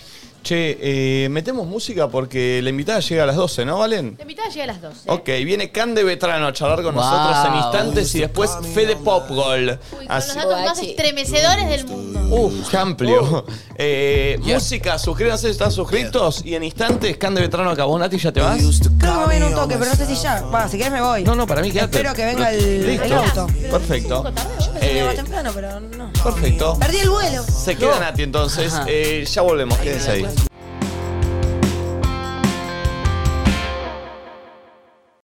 Che, eh, metemos música porque la invitada llega a las 12, ¿no, Valen?
La invitada llega a las 12.
Ok, viene Can de Vetrano a charlar con
Wow.
nosotros en instantes y después Fede Popgol.
Los
Así,
datos más estremecedores del mundo.
uf, qué
Uh.
amplio. Eh, Música, suscríbanse si están suscritos y en instantes Can de Vetrano acabó. Nati, ¿ya te vas?
Creo que me voy en un toque, pero no sé si ya. Va, si querés me voy.
No, no, para mí quédate.
Espero que venga el, el
Listo.
auto.
Perfecto.
Llegaba
Eh,
temprano, pero no.
perfecto.
Perdí el vuelo.
Se queda Nati entonces. Eh, ya volvemos, quédense ahí.